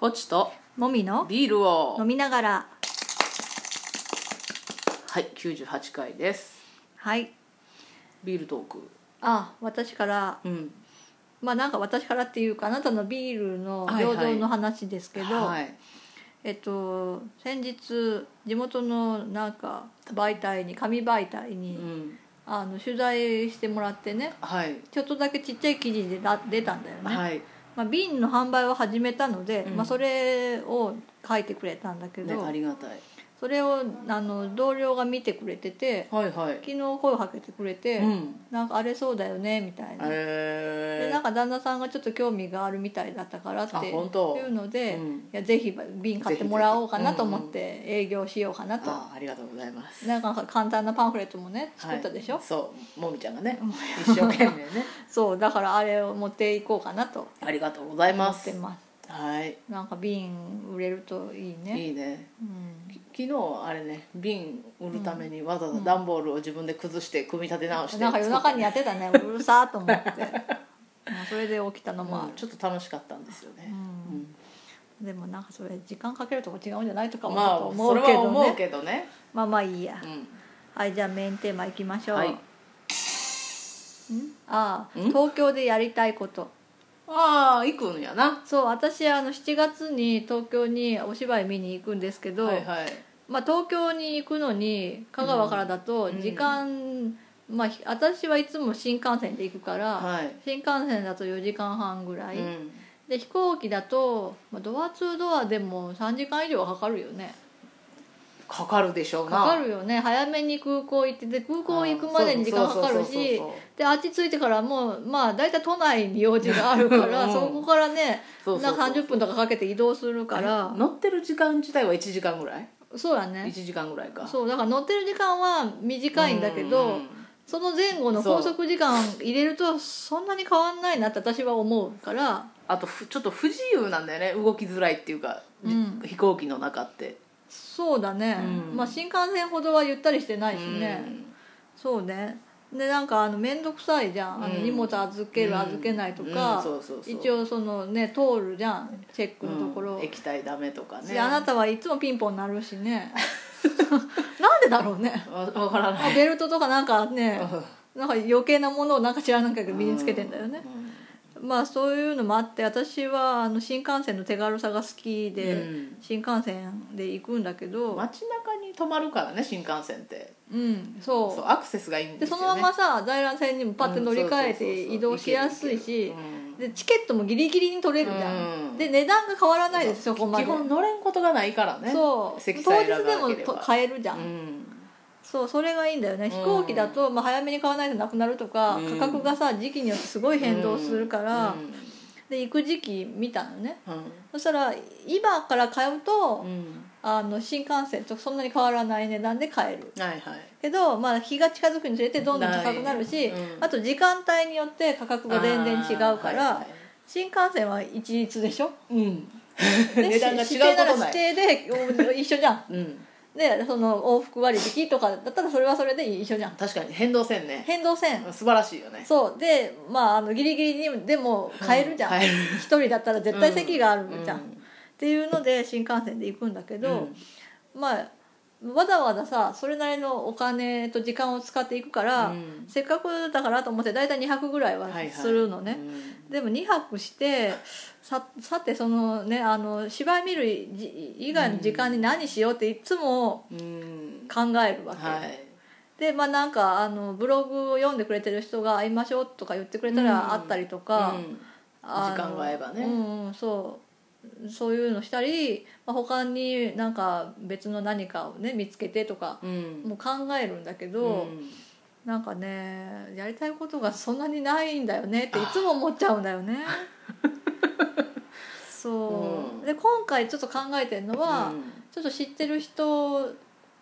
ポチともみのビールを飲みながらはい98回ですはいビールトークあ私からうんまあなんか私からっていうかあなたのビールのはいはい平等の話ですけど、はいえっと先日地元のなんか媒体に紙媒体うに、んあの取材してもらってねはいちょっとだけちっちゃい記事でだ出たんだよね、はいまあ、瓶の販売を始めたので、うんまあ、それを書いてくれたんだけねど、ありがたいそれをあの同僚が見てくれててはいはい昨日声をかけてくれて、うんなんかあれそうだよねみたいな。でえなんか旦那さんがちょっと興味があるみたいだったからってあい本当うので、うんいやぜひ瓶買ってもらおうかなと思って営業しようかなと、あありがとうございますなんか簡単なパンフレットもね作ったでしょ、はいそうもみちゃんがね一生懸命ね そうだからあれを持っていこうかなとありがとうござい思まってすますはいなんか瓶売れるといいねいいねうんき昨日あれね瓶売るためにわざわざ段ボールを自分で崩して組み立て直してなんか夜中にやってた ねうるさーと思ってまあそれで起きたのもあまるあ、ちょっと楽しかったんですよね、うんうんでもなんかそれ時間かけるとこ違うんじゃないとかもちょまっあと思そうれけはど思うねけどね、まあまあいいやうんはいじゃあメインテーマいきましょう、はいんああん東京でやりたいことああ行くんやなそう私あの7月に東京にお芝居見に行くんですけど、はいはいまあ、東京に行くのに香川からだとうん時間、まあ、ひ私はいつも新幹線で行くから、はい新幹線だと4時間半ぐらい、うん、で飛行機だと、まあ、ドアツードアでも3時間以上はかかるよねかかるでしょうなかかるよね早めに空港行ってで空港行くまでに時間かかるしああであっち着いてからもうまあ大体都内に用事があるから、 うんそこからねそうそうそうそうそうそうな30分とかかけて移動するからえ乗ってる時間自体は1時間ぐらいそうだ1ね時間ぐらいかそうだから乗ってる時間は短いんだけど、うんその前後のそう拘束時間入れるとそんなに変わんないなって私は思うからあとふちょっと不自由なんだよね動きづらいっていうか、うん飛行機の中ってそうだね、うんまあ新幹線ほどはゆったりしてないしね、うんそうねでなんかあの面倒くさいじゃんあのうん荷物預ける、うん預けないとうかん、そうそうそう一応そのね通るじゃんチェックのところ、うん液体ダメとかねであなたはいつもピンポン鳴るしね なんでだろうねわわからないベルトとかなんかねなんか余計なものをなんか知らないけど身につけてんだよね、まあそういうのもあって私はあの新幹線の手軽さが好きうんで、うん新幹線で行くんだけど、街中に止まるからね新幹線ってうんそうそうアクセスがいいんでですそよ、ね、のままさ在来線にもパッて乗り換えうんそうそうそうそてう移動しやすいし行ける行けるでチケットもギリギリに取れるじゃん、うんで値段が変わらないですそこまで基本乗れんことがないからねそう席当さえ日選ばなでけもればと買えるじゃん、うんそうそれがいいんだよねん飛行機だと、まあ、早めに買わないとなくなるとか、うん価格がさ時期によってすごい変動するから、で行く時期見たのねうんそしたら今から買うと、うんうんあの新幹線とそんなに変わらない値段で買えるはいはいけど、まあ、日が近づくにつれてどんどん高くなるし、ないうんあと時間帯によって価格が全然違うかあーはらいはい新幹線は一律で しょうんで値段が違う指定ならことない指定でお一緒じゃんうんでその往復割引とかだったらそれはそれで一緒じゃん確かに変動せんね変動線素晴らしいよねそうでまああのギリギリにでも買えるじゃんうん買える一、人だったら絶対席があるじゃん、うっんていうので新幹線で行くんだけど、うんまあわざわざさそれなりのお金と時間を使っていくから、うんせっかくだからと思って大体2泊ぐらいははいはいするのね、うんでも2泊してささてそのねあの芝居見るじ以外の時間に何しようっていつもうん考えるわけ、はいでまあなんかあのブログを読んでくれてる人が会いましょうとか言ってくれたうんら会ったりとか、うんあの時間が合えばねうんうんそうそういうのしたり、まあ、他になんか別の何かをね見つけてとかうんもう考えるんだけど、うんなんかねやりたいことがそんなにないんだよねっていつも思っちゃうんだよ ねそう、うんで今回ちょっと考えてるのは、うんちょっと知ってる人っ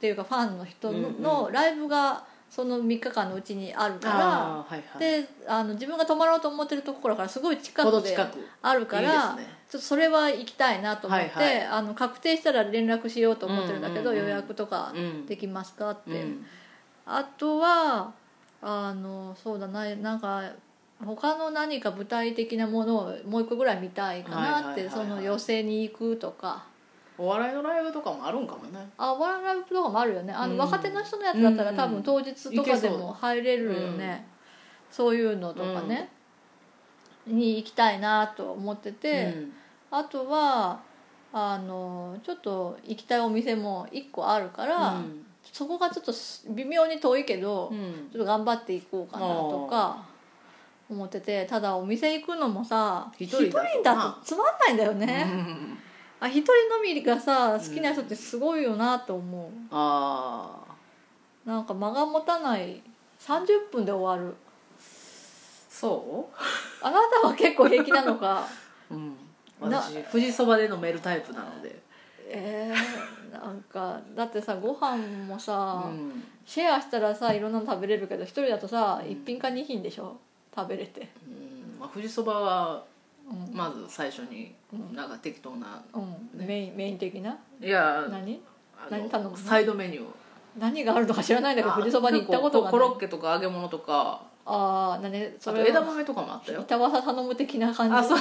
ていうかファンの人の,、うんうんライブがその3日間のうちにあるからあーはいはいであの自分が泊まろうと思ってるところからすごい近ほくどで近くあるからいいですねちょっとそれは行きたいなと思って、はいはいあの確定したら連絡しようと思ってるんだけど、うんうんうん予約とかうんできますかって、うんあとはあのそうだななんか他の何か舞台的なものをもう一個ぐらい見たいかなっはいはいはいはていその寄席に行くとかお笑いのライブとかもあるんかもねあお笑いライブとかもあるよねあうのん若手の人のやつだったらうん多分当日とかでも入れるよねそういうのとかねに行きたいなと思っててうんあとはあのちょっと行きたいお店も1個あるからうんそこがちょっとす微妙に遠いけどうんちょっと頑張っていこうかなとか思っててただお店行くのもさ一一人人だとなだとつまんないんだようね、んあ一人飲みがさ好きな人ってすごいよなと思ああうなんか間が持たない30分で終わるそあなたは結構平気な のかう、うん、な私富士そばで飲めるタイプなので、えー、なんかだってさご飯もうさ、ん、シェアしたらさいろんなの食べれるけど一人だとさ1品か2品でしょ食べれてうんまあ、富士そばはうん、まず最初にうんなんか適当な、うんメインメイン的ないや何あ何頼むサイドメニュー何があるのか知らないんだけど富士そばに行ったことがコなロッいケとか揚げ物とかああ何あそとれ枝は豆とかもあったよ板わさ頼む的なあ感そう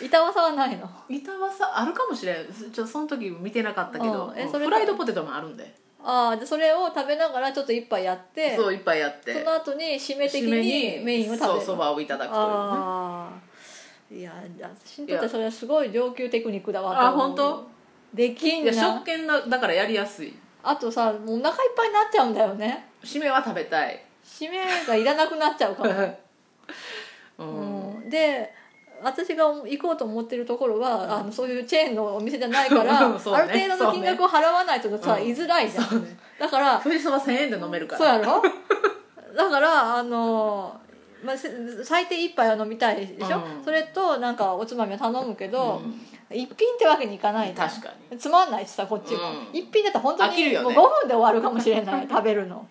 じ板わさはないの板はさあるかもしれんちょその時見てなかったけどうんえそれフライドポテトもあるんでああでそれを食べながらちょっと一杯やってそういっぱいやってその後に締め的締めににメインを食べるそうそばをいただくというねああいや私にとってそれはすごい上級テクニックだわあと思う本当できんいや食な券だだからやりやすいあとさもうお腹いっぱいになっちゃうんだよね締めは食べた い締めがいらなくなっちゃうかも うんうんで私が行こうと思ってるところは、あのそういうチェーンのお店じゃないから そうねある程度の金額を払わないとさ、そうね居づらいじゃん、そうねだから富士そば1000円で飲めるからそうやろだからあの、まあ、せ最低一杯は飲みたいでしょ、うんそれとなんかおつまみは頼むけど、うん一品ってわけにいかないじゃん確かにつまんないしさこっちも、うん一品だったら本当飽きるによもうね5分で終わるかもし れない食べるの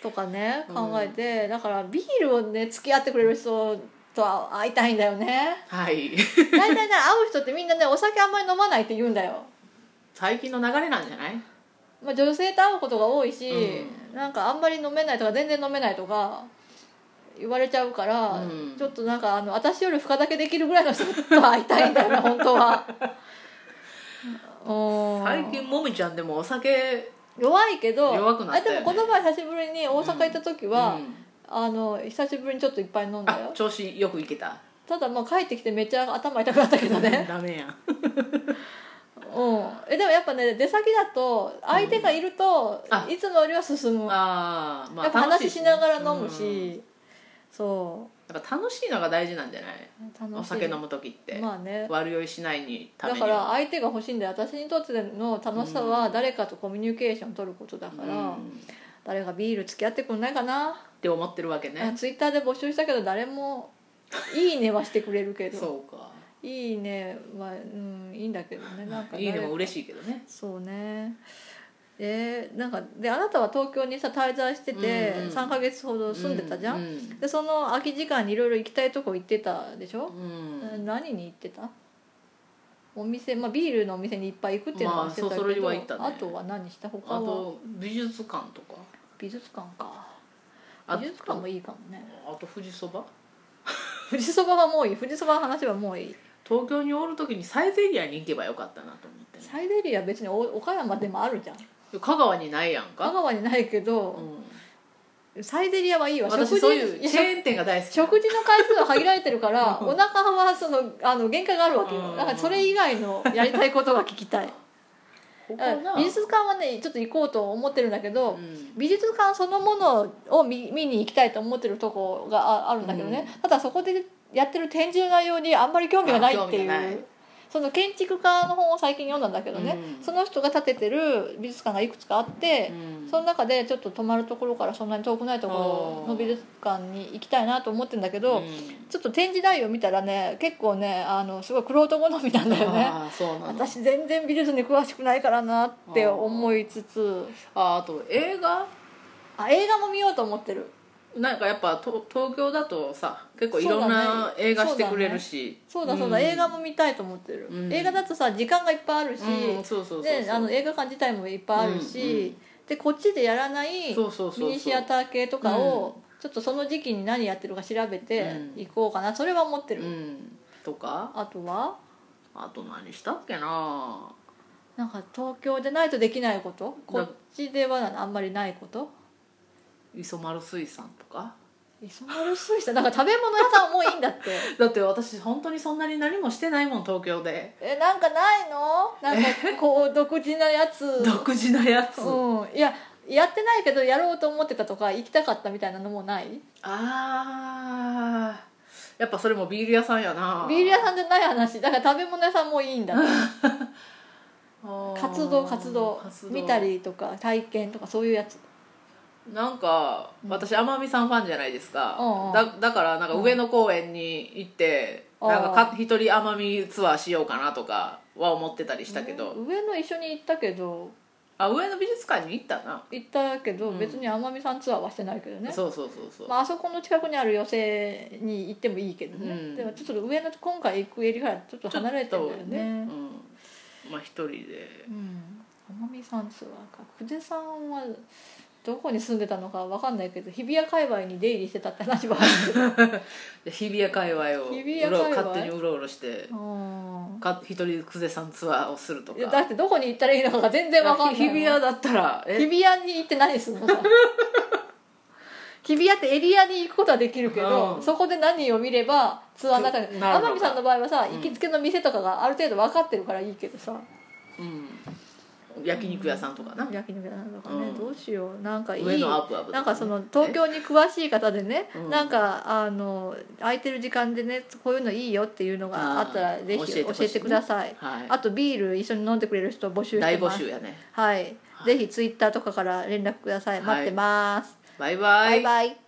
とかね考えて、だからビールをね付き合ってくれる人とは会いたいんだよねはい 大体ね会う人ってみんなねお酒あんまり飲まないって言うんだよ、最近の流れなんじゃないまあ、女性と会うことが多いし、うなんかあんまり飲めないとか全然飲めないとか言われちゃうから、うんちょっとなんかあの私より深酒できるぐらいの人とは会いたいんだよね本 当は。うん最近もみちゃんでもお酒弱いけど弱くなったよねあでもこの前久しぶりに大阪行った時は、うんあの久しぶりにちょっといっぱい飲んだあよ調子よくいけたただまあ帰ってきてめっちゃ頭痛くなったけどねダメやん うんえでもやっぱね出先だと相手がいると、あいつもよりは進む、あーまあやっぱ話しながら飲楽むいし、うんそやっぱ楽しいのが大事なんじゃないう楽しいお酒飲む時って、まあね悪酔いしないにためだにかはら相手が欲しいんで私にとっての楽しさは誰かとコミュニケーション取ることだから、うんっ誰がビール付き合ってくんないかなて思ってるわけあねツイッターで募集したけど誰も「いいね」はしてくれるけどそうか「いいねは」うんいいんだけどねなんかいいでも嬉いしいけどねそうねえー、なんかであなたは東京にさ滞在しててうんうん3ヶ月ほど住んでたじゃん、うんでその空き時間にいろいろ行きたいとこ行ってたでしょう、んうん何に行ってたお店、まあ、ビールのお店にいっぱい行くっていうのはまあしてたけそうそれど、は行ったねあとは何した他あはと美術館とか美術館かあ美術館もいいかもねあと富士そば富士そばはもういい富士そばの話はもういい東京におる時にサイゼリアに行けばよかったなと思ってねサイゼリア別にお岡山でもあるじゃん香川にないやん香か、川にないけうど、ん、サイゼリアはいいわ私食事そういうチやェーン店が大好き食事の回数は限られてるからうんお腹はそのあの限界があるわけうよんだからそれ以外のやりたいことが聞 きたいここだからな美術館はねちょっと行こうと思ってるんだけど、うん美術館そのものを見見に行きたいと思ってるとこがああるんだけどね、ただそこでやってる展示の内容にあんまり興味がないっていあ興味がないうその建築家の本を最近読んだんだけどね、うんその人が建ててる美術館がいくつかあっうて、んその中でちょっと泊まるところからそんなに遠くないところの美術館に行きたいなと思ってるんだけど、うんちょっと展示内容見たらね結構ねあのすごい玄人好みなんだよね。ああそうなんだ私全然美術に詳しくないからなって思いつつああと映画あ映画も見ようと思ってるなんかやっぱと東京だとさ結構いろんなそうだね映画してくれるしそうだそうだ、ん映画も見たいと思ってる、うん映画だとさ時間がいっぱいあるし、うんそうそうそうそうであの映画館自体もいっぱいあるし、うんうんでこっちでやらないそうそうそうそうミニシアター系とかをちょっとその時期に何やってるか調べてうん行こうかな、それは思ってうる、んとかあとはあと何したっけななんか東京でないとできないことこだっちではあんまりないこと磯丸水産とか磯丸水産なんか食べ物屋さんもういいんだってだって私本当にそんなに何もしてないもん東京でえなんかないのなんかこう独自なやつ独自なやつ、あうんいややってないけどやろうと思ってたとか行きたかったみたいなのもないあーやっぱそれもビール屋さんやなビール屋さんじゃない話だから食べ物屋さんもいいんだってあー活動活動見たりとか体験とかそういうやつなんかうん私天海さんファンじゃないですか、うんうんだだからなんか上野公園に行って、うんなんかあか一人天海ツアーしようかなとかは思ってたりしたけど、うん上野一緒に行ったけどあ上野美術館に行ったな、行ったけどうん別に天海さんツアーはしてないけどね、そうそうそうそう、まああそこの近くにある寄席に行ってもいいけどね、うんでもちょっと上の今回行くエリからちょっと離れてるんだよねうん、まあ一人でうん天海さんツアーか久世さんはどこに住んでたのかわかんないけど日比谷界隈に出入りしてたって話はあるけどで日比谷界隈を日比谷うろ界隈勝手にうろうろしてうんか一人で久世さんツアーをするとか いやだってどこに行ったらいいのかが全然わかんない日比谷だったらえ日比谷に行って何するのさ日比谷ってエリアに行くことはできるけど、うんそこで何を見ればツアーの中でつなるのか天海さんの場合はさ、うん行きつけの店とかがある程度分かってるからいいけどさうん、焼肉屋さんとかな、焼肉屋さんとかね、うんどうしようなんかいい上のアップアップとかねなんかその東京に詳しい方でね、うんなんかあの空いてる時間でねこういうのいいよっていうのがあったらーぜひ教教えてえほしいてください、はいあとビール一緒に飲んでくれる人募集して大ま募す集やねはい、ぜひツイッターとかから連絡くださいはい待ってます、バイバイバイバイ